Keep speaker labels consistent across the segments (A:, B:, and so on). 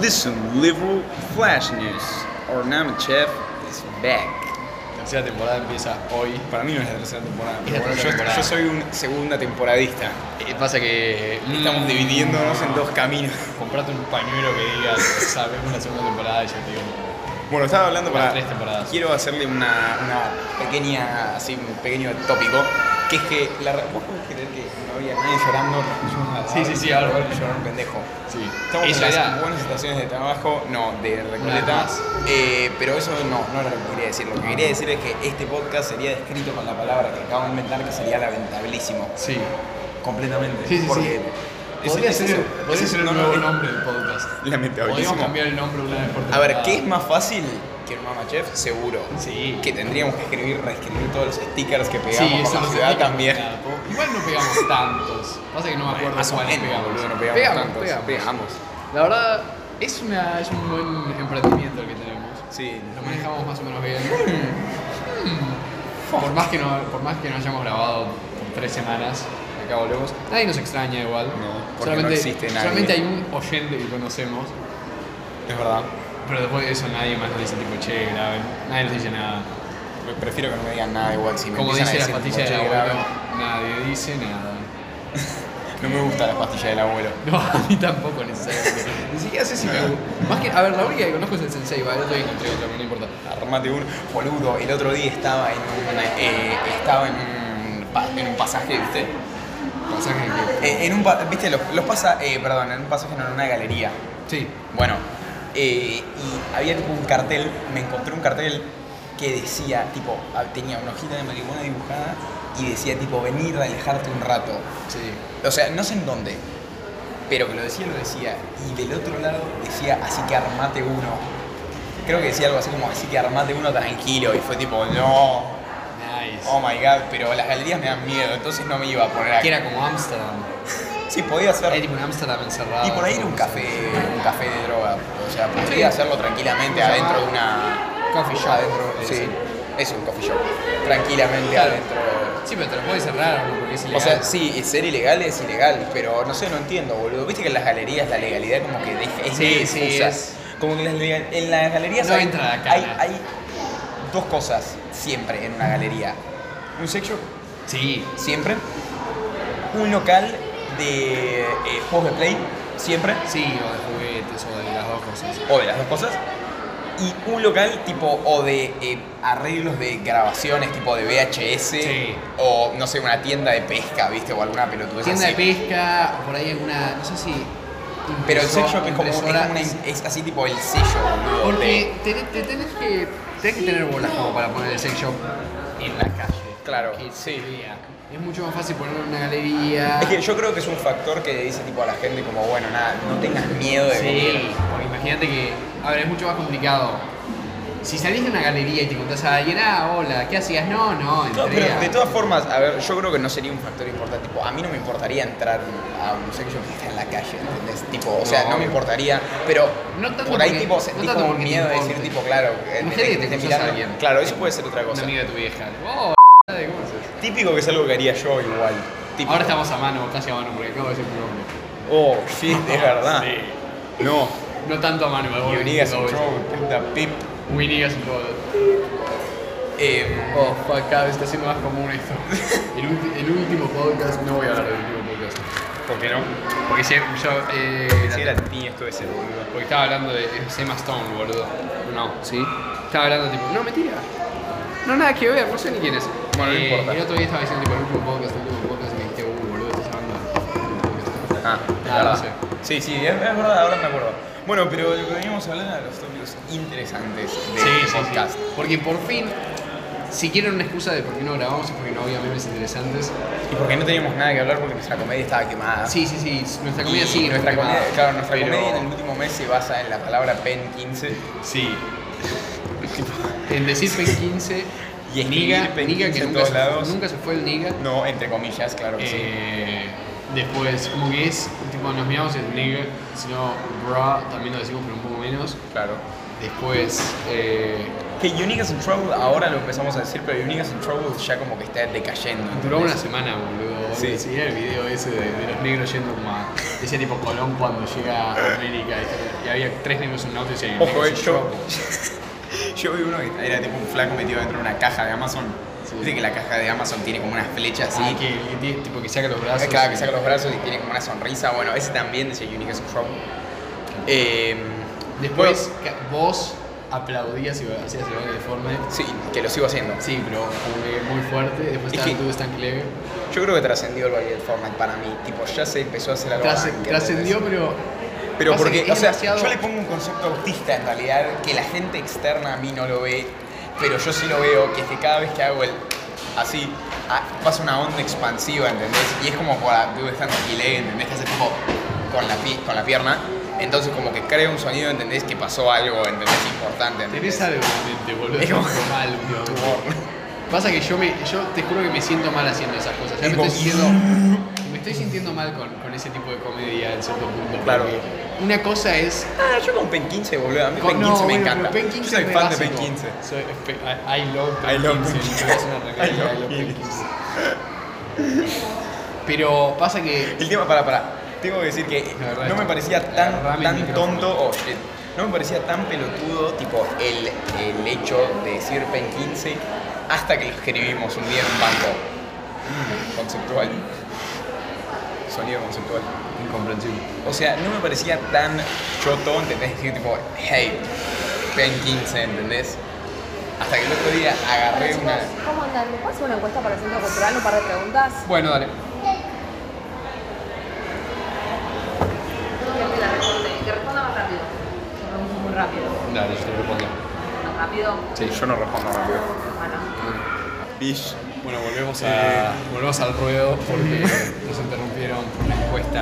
A: Listen, liberal flash news. Our Chef is back.
B: Tercera temporada empieza hoy.
A: Para mí no es la tercera temporada.
B: Es la
A: pero bueno,
B: tercera
A: yo,
B: temporada.
A: yo soy un segunda temporadista.
B: Eh, Pasa que. mm,
A: Estamos dividiéndonos en dos caminos.
B: Comprate un pañuelo que diga, sabemos la segunda temporada y ya te digo.
A: Bueno, estaba hablando
B: Las
A: para.
B: tres temporadas.
A: Quiero hacerle una, una pequeña, así, un pequeño tópico. Que es que la re- vos podés creer que no había nadie llorando.
B: Sí, sí, sí, ahora.
A: llorar un pendejo.
B: Sí.
A: Estamos
B: Esa
A: en las
B: era.
A: buenas estaciones de trabajo, no, de
B: Nada
A: Recoleta,
B: más.
A: eh, pero eso no, no era lo que quería decir. Lo que quería decir es que este podcast sería descrito con la palabra que acabo de inventar, que sería lamentabilísimo.
B: Sí.
A: Completamente.
B: Sí, sí,
A: Porque es-
B: Podría
A: es
B: ser,
A: eso,
B: podría
A: es eso,
B: ser el
A: no, no,
B: nuevo
A: es-
B: nombre del podcast. Podríamos
A: Lamentabilísimo.
B: cambiar el nombre una vez por
A: A ver,
B: temporada.
A: ¿qué es más fácil que un Mamachef? Seguro.
B: Sí.
A: Que tendríamos que escribir, reescribir todos los stickers que pegamos
B: Sí,
A: por
B: eso
A: la
B: no se
A: ciudad
B: tiene que
A: también.
B: cambiar. Igual no pegamos tantos. Pasa que no me acuerdo
A: Más o
B: cuáles
A: menos,
B: pegamos.
A: boludo, no pegamos tantos. Pegamos.
B: La verdad, es, una, es un buen emprendimiento el que tenemos.
A: Sí.
B: Lo manejamos más o menos bien. Hmm. por, más que no, por más que no hayamos grabado por tres semanas, acá volvemos. Nadie nos extraña igual.
A: No, porque
B: solamente,
A: no existe nadie.
B: solamente hay un oyente que conocemos,
A: Es verdad.
B: pero después de eso nadie más nos dice tipo, che, graben. Nadie nos dice nada.
A: Prefiero que no me digan nada igual si me
B: Como
A: empiezan
B: dice
A: a
B: la
A: decir,
B: patilla
A: "Che,
B: de abuelo,
A: grabemos".
B: nadie dice nada.
A: No me gusta la pastilla del abuelo.
B: No, a mí tampoco necesariamente. Ni siquiera sé si me gusta. Más que, a ver, la única que conozco es el sensei, va, el otro día encontré otro, pero no importa.
A: Armate un boludo. El otro día estaba en un, eh, estaba en un, pa- en un pasaje, ¿viste?
B: Pasaje que...
A: Eh, en un, pa- ¿viste? Los, los pasa, eh, perdón, en un pasaje no, en una galería.
B: Sí.
A: Bueno, eh, y había tipo un cartel, me encontré un cartel que decía, tipo, ah, tenía una hojita de marihuana dibujada y decía, tipo, venir a alejarte un rato.
B: Sí.
A: O sea, no sé en dónde, pero que lo decía, lo decía. Y del otro lado decía, así que armate uno. Creo que decía algo así como, así que armate uno tranquilo. Y fue tipo, no,
B: Nice.
A: oh my god, pero las galerías me dan miedo, entonces no me iba a poner
B: que
A: aquí.
B: era como Amsterdam.
A: Sí, podía
B: Era
A: ser.
B: tipo en Amsterdam encerrado.
A: Y por ahí era un café, un café de droga. O sea, podría hacerlo tranquilamente
B: Se
A: adentro de
B: llama
A: una.
B: Coffee shop.
A: Adentro,
B: Es
A: sí,
B: un-
A: es un coffee shop. Tranquilamente
B: Claro.
A: adentro.
B: Sí, pero te lo puedes cerrar ¿no? porque es
A: O
B: ilegal.
A: sea, sí, y ser ilegal es ilegal, pero no sé, no entiendo, boludo. Viste que en las galerías la legalidad como que deja- es
B: Sí,
A: medio
B: sí,
A: difusa.
B: es-
A: Como que las legal- en las galerías
B: No
A: hay,
B: entra la
A: hay,
B: cana.
A: hay dos cosas siempre en una galería. Un sex shop,
B: sí.
A: siempre. Un local de eh, juegos de play, siempre.
B: Sí, o de juguetes o de las dos cosas.
A: o de las dos cosas. Y un local tipo o de eh, arreglos de grabaciones tipo de VHS
B: Sí.
A: o no sé, una tienda de pesca, ¿viste? O alguna pelotudez
B: Tienda de
A: así.
B: pesca, o por ahí alguna. No sé si.
A: Pero el sex
B: impresora-
A: shop es como, es, como
B: impresora.
A: una- es así tipo el sello, boludo.
B: Porque te, te tenés que. Tenés que tener bolas como para poner el sex shop en la calle.
A: Claro,
B: Que
A: sí.
B: se vea. Es mucho más fácil ponerlo en una galería.
A: Es que yo creo que es un factor que dice tipo a la gente como, bueno, nada, no tengas miedo de
B: Sí,
A: venir.
B: porque imagínate que. A ver, es mucho más complicado. Si salís de una galería y te contás a alguien, ah, hola, ¿qué hacías? No, no, entré.
A: No, pero
B: a-
A: de todas formas, a ver, yo creo que no sería un factor importante. Tipo, a mí no me importaría entrar a un sex shop que está en la calle, ¿entendés? Tipo, o sea, no,
B: No,
A: me
B: obvio.
A: importaría, pero
B: No tanto
A: por ahí
B: porque-
A: tipo
B: no
A: sentí
B: tanto
A: como
B: porque te
A: miedo de decir
B: importe.
A: tipo, claro, eh,
B: Imagínate
A: tenés-
B: que te
A: tenés
B: cruzas
A: mirar-
B: a alguien.
A: Claro, eso puede ser otra
B: Una
A: cosa.
B: amiga de tu vieja. Oh, de cómo haces.
A: Típico que es algo que haría yo igual. Típico.
B: Ahora estamos a mano, casi a mano, porque acabo de decir tu
A: Oh,
B: nombre.
A: shit, es verdad.
B: Sí.
A: No.
B: No tanto a mano, me
A: Y
B: voy
A: Unigas
B: dos
A: un
B: veces.
A: show, puta pip.
B: Winnie es un robot.
A: Eh,
B: Oh, fuck, cada vez está siendo más común esto. El, ulti- el último podcast, no voy a hablar del último podcast.
A: ¿Por qué no?
B: Porque si yo. Eh,
A: Si era ti esto de ser boludo.
B: Porque estaba hablando de es Emma Stone, boludo. No, ¿sí? Estaba hablando tipo, no, mentira. No, nada que ver, no sé ni quién es. Eh,
A: Bueno, no importa.
B: El otro día estaba diciendo tipo, el último podcast, el último podcast, y me dijiste, uh, boludo, estás hablando del último podcast.
A: Ah,
B: Ah,
A: verdad.
B: no sé.
A: Sí, sí, es, es verdad, ahora me acuerdo. Bueno, pero lo que veníamos hablando era los tópicos interesantes de este podcast.
B: Porque por fin, si quieren una excusa de por qué no grabamos, es porque no había memes interesantes.
A: Y porque no teníamos nada que hablar porque nuestra comedia estaba quemada.
B: Sí, sí, sí, nuestra
A: Y
B: comida sigue.
A: nuestra
B: quemada,
A: comedia, claro, nuestra
B: pero-
A: comedia en el último mes se basa en la palabra pen 15.
B: Sí. en decir Pen 15
A: Y escribir
B: Niga,
A: Pen
B: Niga
A: 15
B: que
A: en
B: nunca
A: todos
B: se,
A: lados.
B: nunca se fue el Niga.
A: No, entre comillas, claro que sí.
B: Eh, después, como que es tipo Bueno, nos miramos el nigga, sino bra, también lo decimos, pero un poco menos.
A: Claro.
B: Después, eh,
A: Que Unique is in Trouble, ahora lo empezamos a decir, pero Unique is in Trouble ya como que está decayendo.
B: duró una
A: ¿entendés?
B: semana, boludo.
A: Sí.
B: Sí, era el video ese de, de los negros yendo como a. Decía tipo Colón cuando llega a América y, y había tres negros en un auto y decía. "El negro
A: Ojo, eh,
B: es un
A: yo,
B: show".
A: yo vi uno que era tipo un flaco metido dentro de una caja de Amazon.
B: Sí.
A: Viste que la caja de Amazon tiene como una flecha así.
B: Ah, que, que tiene- tipo que saca los brazos.
A: Cada que saca los brazos y tiene como una sonrisa. Bueno, ese también decía Unique is in Trouble. Eh,
B: Después, ca- vos aplaudías y hacías el baile deforme.
A: bueno, sí, que lo sigo haciendo.
B: Sí, pero como que muy fuerte. Después
A: Es
B: estaba
A: que-
B: tú, Stan Clever.
A: Yo creo que trascendió el baile del Fortnite para mí. Tipo, ya se empezó a hacer algo.
B: Trasce-
A: más, ¿entendés?
B: Trascendió, pero.
A: Pero
B: pasa
A: porque,
B: que
A: o
B: es
A: sea,
B: demasiado-
A: yo le pongo un concepto autista en realidad, que la gente externa a mí no lo ve, pero yo sí lo veo, que es que cada vez que hago el así, a- pasa una onda expansiva, ¿entendés? Y es como para tú estando aquí, ¿entendés? Que hace tipo con la, pi- con la pierna. Entonces como que crea un sonido, ¿entendés? Que pasó algo, ¿entendés? Importante, ¿entendés?
B: Tenés algo en mente, boludo.
A: Es como-
B: Fue mal, boludo.
A: Humor.
B: Pasa que yo, me, yo te juro que me siento mal haciendo esas cosas. Ya me
A: Tipo,
B: estoy sintiendo, me estoy sintiendo mal con, con ese tipo de comedia en cierto punto.
A: Claro.
B: porque Una cosa es.
A: Ah, yo con Pen 15, boludo. A mí
B: con-
A: Pen 15
B: no,
A: me
B: bueno,
A: encanta.
B: pero Pen 15
A: yo soy
B: es
A: fan de
B: básico.
A: Pen 15.
B: Soy, eh, fe- I, I love
A: I
B: Pen
A: love
B: 15.
A: Pen
B: mi
A: 15.
B: cabeza es una regadera,
A: I love
B: I love Pen
A: 15.
B: 15. Pero pasa que.
A: El tema, para, para. Tengo que decir que
B: La verdad
A: no
B: es
A: me
B: que-
A: parecía tan,
B: agarrame el
A: tan
B: micrófono.
A: tonto, oh, shit, no me parecía tan pelotudo, tipo, el, el hecho de decir Pen 15 hasta que lo escribimos un día en un banco. Mm, conceptual. Sonido conceptual.
B: Incomprensible.
A: O sea, no me parecía tan choto, ¿entendés? Decir tipo, hey, Pen 15, ¿entendés? Hasta que el otro día
C: Hola,
A: agarré
C: chicos,
A: una...
C: ¿Cómo andan? ¿Me puedo hacer una encuesta para el Centro Cultural? Un par de preguntas.
B: Bueno, dale.
C: Que la responde, que responda más rápido. Que responda muy rápido.
B: Dale, yo te respondo.
C: ¿Más rápido?
A: Sí, yo no respondo rápido.
C: Bueno.
A: Bish. Eh,
B: Bueno, volvemos, a, volvemos al ruedo porque nos interrumpieron por una encuesta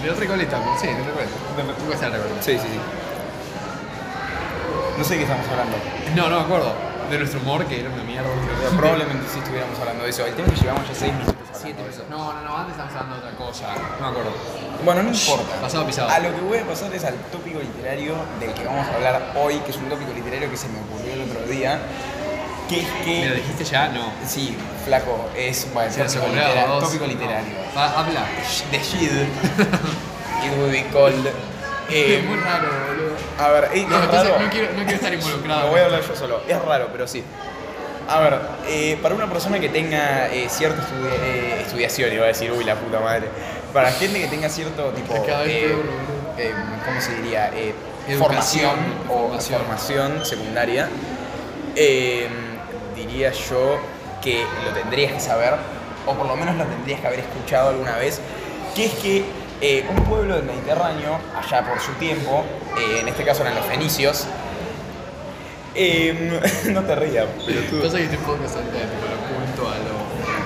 B: de Recoleta, sí, de Recoleta. Encuesta de Recoleta.
A: Sí, sí, sí. No sé de qué estamos hablando.
B: No, no me acuerdo. De nuestro humor, que era una mierda.
A: Pero probablemente sí estuviéramos hablando de eso. El tema es que llevamos ya 6 minutos. hablando
B: Siete
A: de eso.
B: pesos. No, no, no, antes estábamos hablando de otra cosa. No me acuerdo.
A: Bueno, no importa.
B: Pasado pisado.
A: A lo que voy a pasar es al tópico literario del que vamos a hablar hoy, que es un tópico literario que se me ocurrió el otro día. Que es
B: ¿Me lo
A: que.
B: dijiste ya? No.
A: Sí, flaco, es bueno,
B: Se nos
A: tópico,
B: ocurrió a
A: litera-
B: vos.
A: tópico
B: No.
A: literario.
B: Va, habla.
A: De Shid. It will be called. Eh,
B: es muy raro, boludo.
A: a ver, eh,
B: No,
A: es
B: entonces
A: raro.
B: no quiero, no quiero estar involucrado.
A: Lo voy a hablar yo solo. Es raro, pero sí. A ver, eh, para una persona que tenga eh, cierta estudi- eh, estudiación, iba a decir, uy, la puta madre. Para gente que tenga cierto tipo.
B: Cada vez
A: eh,
B: peor, boludo.
A: eh, ¿Cómo se diría? Eh,
B: Educación,
A: formación o
B: formación.
A: formación secundaria. eh, diría yo que lo tendrías que saber, o por lo menos lo tendrías que haber escuchado alguna vez, que es que eh, un pueblo del Mediterráneo, allá por su tiempo, eh, en este caso eran los fenicios, Em, no te rías, pero tú.
B: Pasa que este podcast ahorita es tipo lo punto a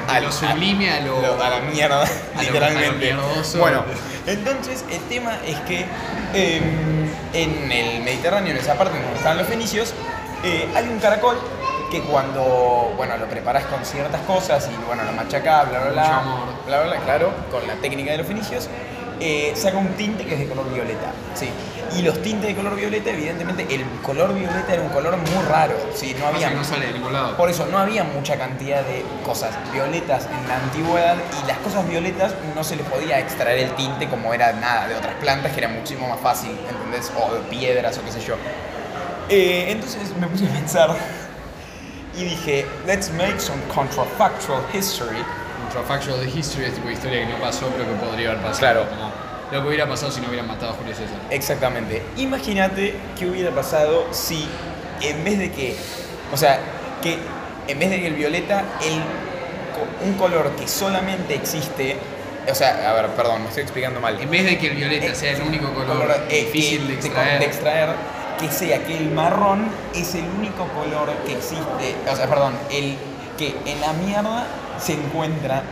B: lo, a
A: Al-
B: lo sublime, a lo...
A: a la mierda,
B: lo-
A: literalmente.
B: a lo mierdoso.
A: bueno, entonces el tema es que em, en el Mediterráneo, en esa parte donde estaban los fenicios, eh, hay un caracol que cuando bueno lo preparas con ciertas cosas y bueno lo machacás, bla bla
B: Mucho
A: bla,
B: amor.
A: bla bla bla, claro, con la técnica de los fenicios, eh, saca un tinte que es de color violeta, sí. Y los tintes de color violeta, evidentemente, el color violeta era un color muy raro, sí, no
B: Pasa
A: había
B: que no sale de ningún lado.
A: por eso no había mucha cantidad de cosas violetas en la antigüedad y las cosas violetas no se les podía extraer el tinte como era nada de otras plantas que era muchísimo más fácil, ¿entendés? O de piedras o qué sé yo. Eh, entonces me puse a pensar y dije, let's make some contrafactual history.
B: Contrafactual de history es tipo de historia que no pasó, pero que podría haber pasado.
A: Claro.
B: Como lo que hubiera pasado si no hubieran matado a Julio César.
A: Exactamente. Imagínate qué hubiera pasado si en vez de que, o sea, que en vez de que el violeta, el, co- un color que solamente existe, o sea, a ver, perdón, me estoy explicando mal.
B: En vez de que el violeta
A: Eh,
B: sea el único color,
A: color eh,
B: difícil de
A: que se con-
B: extraer,
A: de extraer, que sea que el marrón es el único color que existe, o sea, perdón, el que en la mierda se encuentra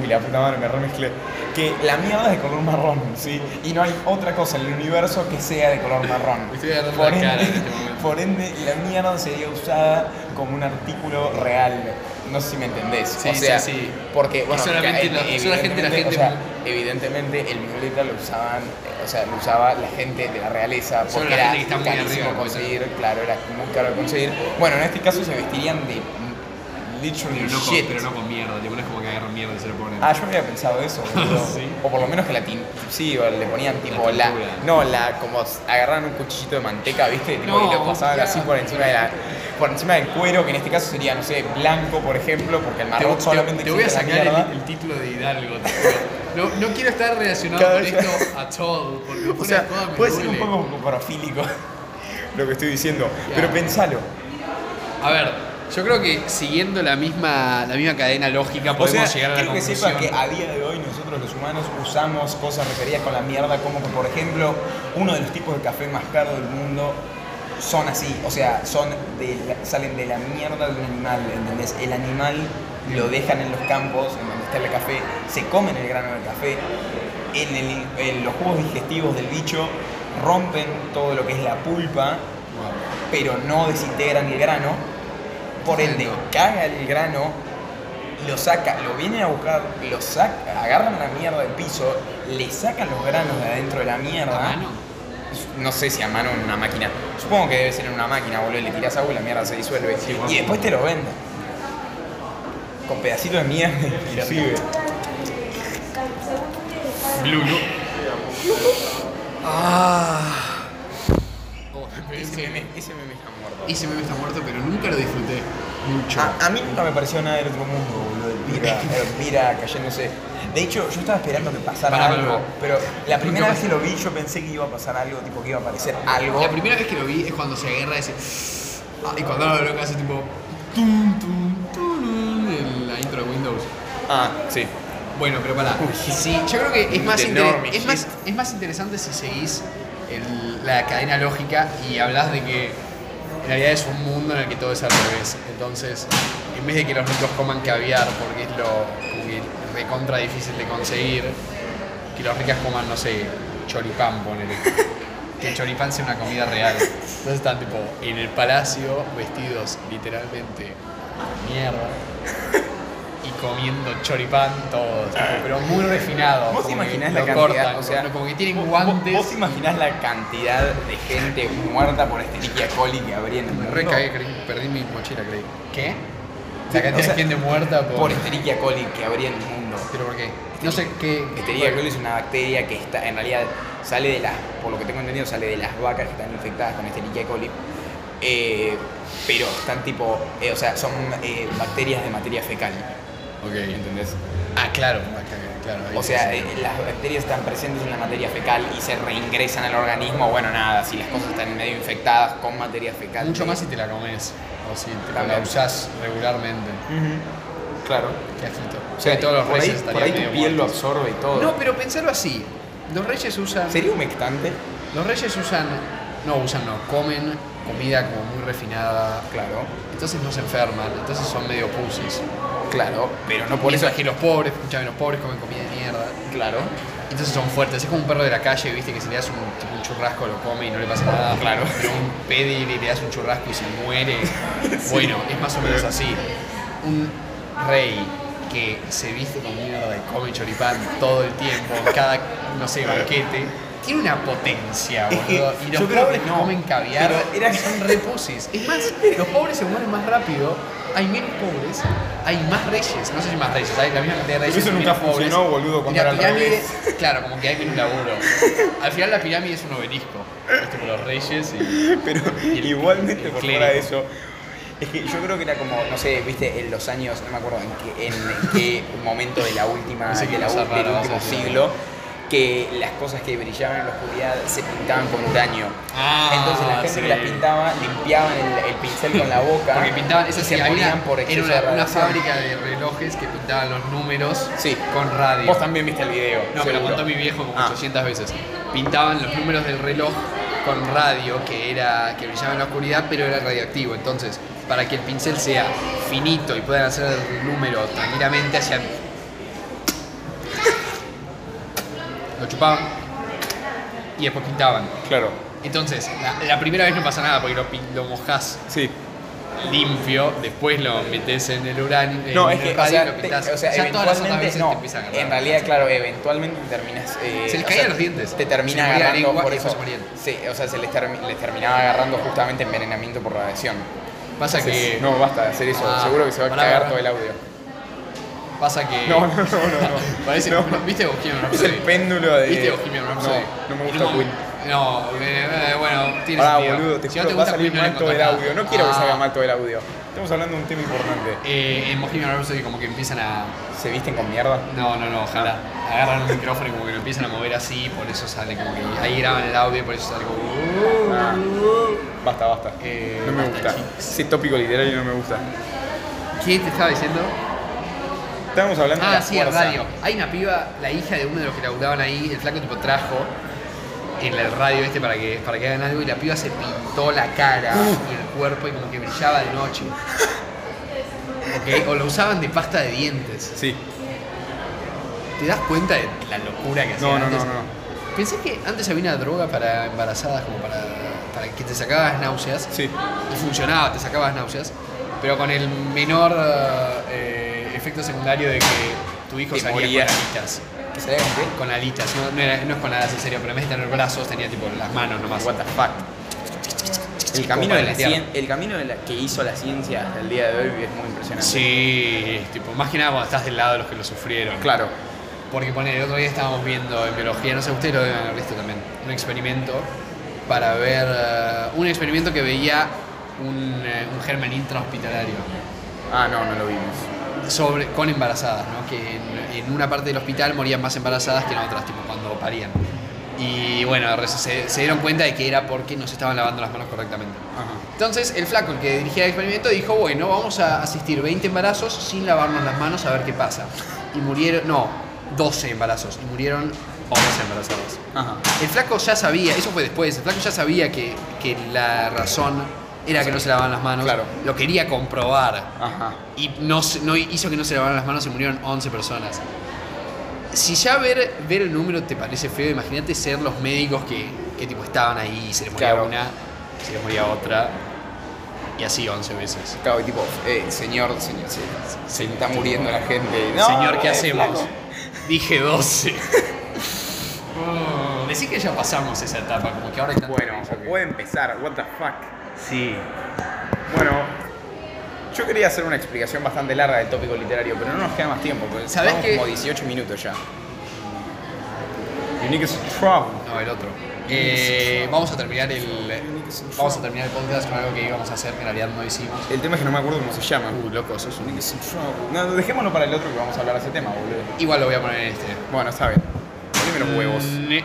A: Uy, la puta madre, me remezclé. Que la mierda es de color marrón, ¿sí? Y no hay otra cosa en el universo que sea de color marrón.
B: Me estoy agarrando
A: por,
B: la cara en
A: ende,
B: este momento.
A: por ende, la mierda sería usada como un artículo real. No sé si me entendés.
B: Sí,
A: o sea,
B: sí, sí.
A: Porque, bueno,
B: Y solamente
A: ca-
B: la-
A: evidentemente,
B: solamente la gente-
A: o sea, evidentemente el violeta lo usaban, eh, o sea, lo usaba la gente de la realeza
B: Solo
A: porque
B: la
A: era
B: gente que está muy
A: carísimo
B: arriba, ¿no?
A: conseguir, claro, era muy caro de conseguir. Bueno, en este caso se vestirían de mm, literally
B: Pero no, con,
A: shit.
B: pero no con mierda, tipo, no es como que agarran mierda y se lo ponen.
A: Ah, yo no había pensado eso, boludo.
B: Sí.
A: O por lo menos que la tin... Sí, o le ponían tipo
B: La
A: la...
B: pintura.
A: No, la... Como s- agarraban un cuchillito de manteca, ¿viste? Tipo,
B: No,
A: y lo pasaban
B: ya.
A: así por encima de la... Por encima del cuero, que en este caso sería, no sé, blanco, por ejemplo, porque el
B: Te,
A: marrón solamente
B: te- te voy a
A: existe en la
B: sacar
A: mierda.
B: el, el título de Hidalgo. tipo. No, no quiero estar relacionado
A: Cada
B: con
A: vez-
B: esto a todo, porque
A: O
B: fuera
A: sea,
B: de joda me
A: puede ser un
B: duele.
A: poco parafílico lo que estoy diciendo.
B: Ya.
A: Pero pensalo.
B: A ver, yo creo que siguiendo la misma, la misma cadena lógica
A: O
B: podemos
A: sea,
B: llegar a la
A: quiero que
B: conclusión.
A: sepa que a día de hoy nosotros los humanos usamos cosas referidas con la mierda, como que por ejemplo, uno de los tipos de café más caro del mundo son así, o sea, son de la- salen de la mierda de un animal, ¿entendés? El animal lo dejan en los campos, en donde está el café, se comen el grano del café, en, el- en los jugos digestivos del bicho rompen todo lo que es la pulpa,
B: Wow.
A: pero no desintegran el grano, por ende
B: Entiendo.
A: caga el grano, lo saca, lo vienen a buscar, lo saca, agarran la mierda del piso, le sacan los granos de adentro de la mierda.
B: ¿A mano?
A: No sé si a mano o en una máquina. Supongo que debe ser en una máquina, boludo, y le tiras agua y la mierda se disuelve.
B: Sí, bueno.
A: y después te lo venden. Con pedacitos de mierda inclusive.
B: Blue, ¿no? Ah. Oh,
A: Ese
B: ese,
A: meme, ese meme está muerto.
B: ese meme está muerto, pero nunca lo disfruté mucho.
A: Ah, A, a mí nunca me pareció nada del otro mundo, boludo. Elvira, Elvira cayéndose. De hecho, yo estaba esperando que pasara
B: Pará, pará,
A: algo,
B: pará.
A: pero la
B: Nunca
A: primera vez
B: pasó.
A: que lo vi yo pensé que iba a pasar algo, tipo que iba a aparecer algo.
B: La primera vez que lo vi es cuando se agarra ese. Ah, y cuando lo loca hace tipo. Tum, tum, turun, en la intro de Windows.
A: Ah, sí.
B: Bueno, pero para.
A: Uy,
B: Sí, yo creo que es más,
A: de
B: inter-
A: enorme,
B: es
A: sí.
B: más, es más interesante si seguís el- la cadena lógica y hablas de que en realidad es un mundo en el que todo es al revés. Entonces, en vez de que los ricos coman caviar porque es lo como que recontra difícil de conseguir, que los ricos coman, no sé, choripán, ponele. Que el choripán sea una comida real. Entonces están tipo en el palacio vestidos literalmente de mierda y comiendo choripán todos, tipo, pero muy refinado.
A: ¿Vos te
B: como que
A: imaginás la
B: lo
A: cantidad?
B: cortan,
A: O sea,
B: como- como que tienen
A: ¿Vos,
B: guantes.
A: vos imaginás la cantidad de gente muerta por Escherichia coli que habría en el
B: Me
A: mundo?
B: re cagué, creí- perdí mi mochila, creí. ¿Qué?
A: Sí,
B: La cantidad
A: o sea,
B: de gente muerta por. este,
A: Por Este Escherichia coli que habría en el mundo.
B: ¿Pero por qué? No sé qué.
A: Escherichia coli es una bacteria que está, en realidad sale de las, por lo que tengo entendido, sale de las vacas que están infectadas con Escherichia coli. Eh, pero están tipo, eh, o sea, son eh, bacterias de materia fecal,
B: Ok.
A: ¿entendés?
B: Ah, claro, acá, claro. ahí
A: O sea,
B: sí.
A: eh, las bacterias están presentes en la materia fecal y se reingresan al organismo. Bueno, nada, si las cosas están medio infectadas con materia fecal. eh.
B: mucho
A: te-
B: más si te la comes. O si te la
A: También.
B: usás regularmente.
A: Ujú, Claro.
B: Qué asquito.
A: O sea,
B: todos los
A: por
B: reyes
A: ahí, por ahí
B: estarían medio
A: tu piel lo
B: muertos.
A: absorbe y todo.
B: No, pero pensarlo así. Los reyes usan.
A: ¿Sería humectante?
B: Los reyes usan. No usan, no. Comen comida como muy refinada.
A: Claro.
B: Entonces no se enferman, entonces son medio pusis.
A: Claro, pero no por eso.
B: Mientras que los pobres, escúchame, los pobres comen comida de mierda.
A: Claro.
B: Entonces son fuertes. Es como un perro de la calle, viste, que si le das un, tipo un churrasco lo come y no le pasa nada.
A: Claro.
B: Pero un pedigree le das un churrasco y se muere. Bueno, es más o menos así. Un rey que se viste con mierda y come choripán todo el tiempo, en cada, no sé, banquete, tiene una potencia,
A: Es que
B: boludo. Y los
A: yo creo
B: pobres
A: que no,
B: comen caviar,
A: pero era-
B: son re pussies. Es más, los pobres se mueren más rápido, hay menos pobres, hay más reyes. No sé si más reyes, hay la misma cantidad de reyes.
A: Eso
B: y
A: nunca
B: menos pobres.
A: funcionó, boludo, cuando
B: Y la
A: era al
B: pirámide-
A: revés.
B: Claro, como que hay un laburo. Al final la pirámide es un obelisco. Es tipo los reyes y.
A: Pero
B: Y el-
A: igualmente
B: el
A: por
B: clérigo.
A: fuera de eso. Es que yo creo que era como, no sé, viste, en los años, no me acuerdo en qué, en qué momento de la última,
B: No sé qué
A: de la
B: cosa
A: ul-
B: rara
A: del
B: vas a
A: último
B: decir.
A: siglo, que las cosas que brillaban en la oscuridad se pintaban con uranio.
B: Ah,
A: Entonces la gente
B: sí.
A: que las pintaba limpiaban el, el pincel con la boca.
B: Porque pintaban,
A: y
B: eso sí,
A: se
B: había-
A: morían por
B: era
A: exceso
B: una,
A: de
B: una
A: radiación.
B: fábrica de relojes que pintaban los números
A: Sí.
B: con radio.
A: Vos también viste el video.
B: No, me lo
A: seguro.
B: contó mi viejo como
A: Ah.
B: 800 veces. Pintaban los números del reloj con radio que era que brillaba en la oscuridad, pero era radioactivo. Entonces, para que el pincel sea finito y puedan hacer el número tranquilamente, hacían. Lo chupaban y después pintaban.
A: Claro,
B: Entonces, la, la primera vez no pasa nada porque lo, pin- lo mojás
A: sí.
B: limpio, después lo metes en el uranio.
A: No,
B: en
A: es
B: el
A: que, o
B: radio y
A: sea,
B: lo
A: te-
B: pintás.
A: o sea,
B: ya todas las
A: eventualmente,
B: otras
A: no,
B: te empiezan a agarrar.
A: en realidad, claro, eventualmente terminas... eh,
B: Se les
A: o
B: caían
A: sea,
B: los dientes.
A: Te
B: Se les
A: termina
B: moría la
A: agarrando
B: lengua
A: por
B: y después
A: eso.
B: se morían.
A: Sí, o sea, se les, termi- les terminaba agarrando justamente envenenamiento por radiación.
B: Pasa
A: Entonces,
B: que.
A: No, basta de hacer eso,
B: Ah,
A: seguro que se va a
B: pará,
A: cagar
B: pará.
A: todo el audio.
B: Pasa que.
A: No, no, no, no, no.
B: Parece,
A: No.
B: ¿Viste Bohemian
A: Es
B: Rhapsody?
A: el péndulo de...
B: ¿Viste Bohemian Rhapsody?
A: No, no me
B: En
A: gusta
B: un
A: Queen.
B: mom- No, eh, eh, bueno, tiene
A: Pará,
B: sentido.
A: boludo, te
B: Si no
A: juro, va a
B: gusta
A: salir
B: Queen, no le
A: mal todo el
B: encontrás nada.
A: audio. No quiero que
B: Ah,
A: salga mal todo el audio. Estamos hablando de un tema importante.
B: eh, en Bohemian Rhapsody como que empiezan a...
A: ¿Se visten con mierda?
B: No, no, no, ojalá. Agarran el micrófono y como que lo empiezan a mover así, por eso sale como que... Ahí graban el audio y por eso sale como...
A: Ah. Basta, basta.
B: Eh,
A: no me
B: basta,
A: gusta.
B: chicos.
A: Ese tópico literario no me gusta.
B: ¿Qué te estaba diciendo?
A: Estábamos hablando de
B: Ah,
A: la
B: sí, el
A: fuerza.
B: radio. Hay una piba, la hija de uno de los que laburaban ahí, el flaco tipo trajo en el radio este para que, para que hagan algo y la piba se pintó la cara y el cuerpo y como que brillaba de noche. Ok, O lo usaban de pasta de dientes.
A: Sí.
B: ¿Te das cuenta de la locura que hacían
A: No, no, no,
B: antes?
A: no.
B: Pensé que antes había una droga para embarazadas, como para, para que te sacabas náuseas.
A: Sí.
B: Y funcionaba, te sacabas náuseas. Pero con el menor eh, efecto secundario de que tu hijo
A: Te
B: salía
A: morías.
B: con alitas.
A: ¿Que se con qué?
B: Con alitas, no, no era- no es con alas en serio, pero en vez de tener brazos tenía tipo las manos nomás.
A: What the fuck. El camino,
B: para
A: de la
B: limpiar.
A: cien- el camino de la que hizo la ciencia hasta el día de hoy es muy impresionante.
B: Sí, es tipo, más que nada cuando estás del lado de los que lo sufrieron.
A: Claro.
B: Porque poner, el otro día estábamos viendo en biología, no sé, ustedes lo deben haber visto también, un experimento para ver, eh, un experimento que veía un, eh, un germen intrahospitalario
A: Ah, no, no lo vimos.
B: sobre, con embarazadas, ¿no? que en, en una parte del hospital morían más embarazadas que en otras, tipo cuando parían. Y bueno, res- se, se dieron cuenta de que era porque no se estaban lavando las manos correctamente. Entonces el flaco, el que dirigía el experimento, dijo, bueno, vamos a asistir 20 embarazos sin lavarnos las manos a ver qué pasa. Y murieron, no, 12 embarazos, y murieron 11 embarazadas.
A: Ajá.
B: El flaco ya sabía, eso fue después, el flaco ya sabía que, que la razón era que no se lavaban las manos,
A: Claro.
B: lo quería comprobar.
A: Ajá.
B: Y no, se- no hizo que no se lavaran las manos y murieron 11 personas. Si ya ver, ver el número te parece feo, imagínate ser los médicos que, que tipo estaban ahí, se les moría
A: Claro.
B: una, se les moría otra, y así 11 veces.
A: Claro, y tipo, eh, señor, señor, se, se está muriendo la gente.
B: Señor, ¿qué
A: eh,
B: hacemos?
A: flaco.
B: Dije 12. Oh, Decí que ya pasamos esa etapa, como que ahora hay tanto
A: Bueno,
B: que-
A: puede empezar, what the fuck.
B: Sí.
A: Bueno, yo quería hacer una explicación bastante larga del tópico literario, pero no nos queda más tiempo, porque
B: ¿Sabés
A: llevamos
B: qué?
A: como 18 minutos ya. Unique is in trouble.
B: No, el otro. Eh, vamos a terminar el. Vamos a terminar el podcast con algo que íbamos a hacer, que en realidad no hicimos.
A: El tema es que no me acuerdo cómo se llama.
B: Uh, loco, sos un-
A: Unique is in trouble. No, no, dejémoslo para el otro que vamos a hablar de ese tema, boludo.
B: Igual lo voy a poner en este. Mm,
A: Bueno, está bien. Poneme los huevos.
B: Ne-